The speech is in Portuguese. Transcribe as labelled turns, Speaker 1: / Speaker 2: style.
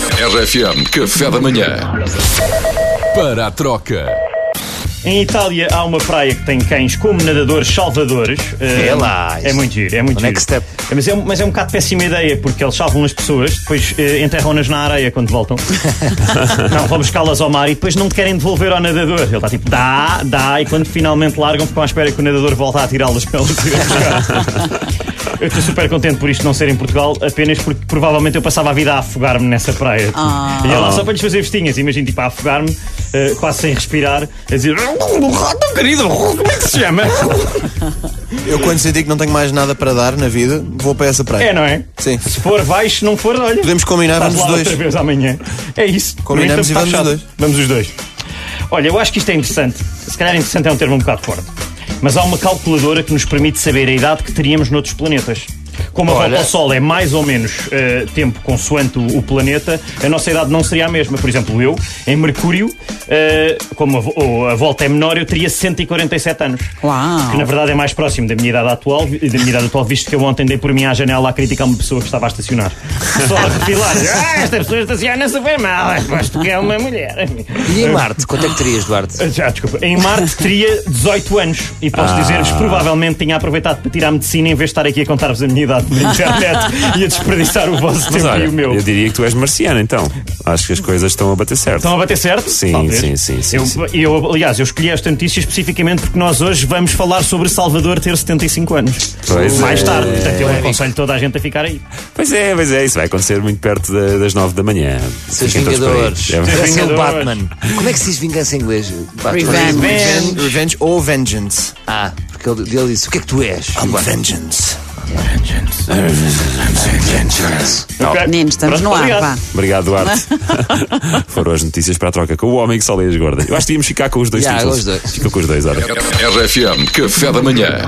Speaker 1: RFM Café da Manhã. Para a troca.
Speaker 2: Em Itália há uma praia que tem cães como nadadores salvadores. Eh,
Speaker 3: É lá,
Speaker 2: É
Speaker 3: isso.
Speaker 2: muito giro, é muito
Speaker 3: Onde é
Speaker 2: giro.
Speaker 3: que se te-
Speaker 2: É, Mas, é, um- mas é um bocado péssima ideia, porque eles salvam as pessoas, depois eh, enterram-nas na areia quando voltam. não, vão buscá-las ao mar e depois não te querem devolver ao nadador. Ele está tipo, dá, dá, e quando finalmente largam, ficam à espera que o nadador volte a atirá-las para elas irem buscar. Eu estou super contente por isto não ser em Portugal, apenas porque provavelmente eu passava a vida a afogar-me nessa praia. E é lá só para lhes fazer vestinhas, imagino, tipo, a afogar-me, eh, quase sem respirar, a dizer. Tão querido, como é que se chama?
Speaker 3: Eu quando senti que não tenho mais nada para dar na vida, vou para essa praia.
Speaker 2: É, não é?
Speaker 3: Sim.
Speaker 2: Se for, vais, se não for, olha.
Speaker 3: Podemos combinar,
Speaker 2: Estás
Speaker 3: vamos
Speaker 2: lá
Speaker 3: os dois.
Speaker 2: outra vez amanhã. É isso.
Speaker 3: Combinamos
Speaker 2: Por
Speaker 3: e
Speaker 2: enquanto
Speaker 3: vamos
Speaker 2: está
Speaker 3: os
Speaker 2: fechado. Vamos os dois. Olha, eu acho que isto é interessante. Se calhar interessante é um termo um bocado forte. Mas há uma calculadora que nos permite saber a idade que teríamos noutros planetas. Como a volta
Speaker 3: Olha.
Speaker 2: ao Sol é mais ou menos eh, tempo consoante o, o planeta, a nossa idade não seria a mesma. Por exemplo, eu, em Mercúrio, eh, como a, vo- ou a volta é menor, eu teria 147 anos.
Speaker 4: Uau.
Speaker 2: Que na verdade é mais próximo da minha idade atual, da minha idade atual, visto que eu ontem dei por mim à janela a criticar uma pessoa que estava a estacionar. Só a refilar. Ah, esta pessoa estaciona super mal, aposto que é uma mulher.
Speaker 5: E em Marte, quanto é que terias, Duarte?
Speaker 2: Já, desculpa. Em Marte teria 18 anos e posso
Speaker 6: Ah.
Speaker 2: dizer-vos provavelmente tinha aproveitado para tirar a medicina em vez de estar aqui a contar-vos a minha idade na internet e a desperdiçar o vosso tempo
Speaker 6: olha,
Speaker 2: e o meu.
Speaker 6: Eu diria que tu és marciano, então. Acho que as coisas estão a bater certo.
Speaker 2: Estão a bater certo?
Speaker 6: Sim,
Speaker 2: Talvez.
Speaker 6: sim, sim, sim,
Speaker 2: eu,
Speaker 6: sim.
Speaker 2: eu, aliás, eu escolhi esta notícia especificamente porque nós hoje vamos falar sobre Salvador ter 75 anos.
Speaker 6: Pois
Speaker 2: Mais
Speaker 6: é.
Speaker 2: tarde. Portanto, eu aconselho toda a gente a ficar aí.
Speaker 6: Pois é, pois é, isso vai acontecer muito perto da- das 9 da manha.
Speaker 5: Seus
Speaker 6: Fiquem todos por aí.
Speaker 5: Vingadores.
Speaker 6: É verdade.
Speaker 5: Vai ser o
Speaker 2: Vingadores.
Speaker 5: Batman. Como é que se diz vingança em inglês? Batman.
Speaker 4: Revenge.
Speaker 3: Revenge, revenge ou vengeance.
Speaker 5: Ah, porque ele, ele disse: O que é que tu és?
Speaker 3: I'm vengeance.
Speaker 2: Ok?
Speaker 4: Meninos, estamos
Speaker 2: Pronto,
Speaker 4: no ar,
Speaker 2: obrigado.
Speaker 4: vá.
Speaker 6: Obrigado, Duarte. Foram as notícias para a troca com o homem que só lê as gordas. Eu acho que devíamos ficar com os dois
Speaker 5: Já,
Speaker 6: títulos.
Speaker 5: os dois.
Speaker 6: Ficam com os dois, olha.
Speaker 1: RFM Café da Manhã.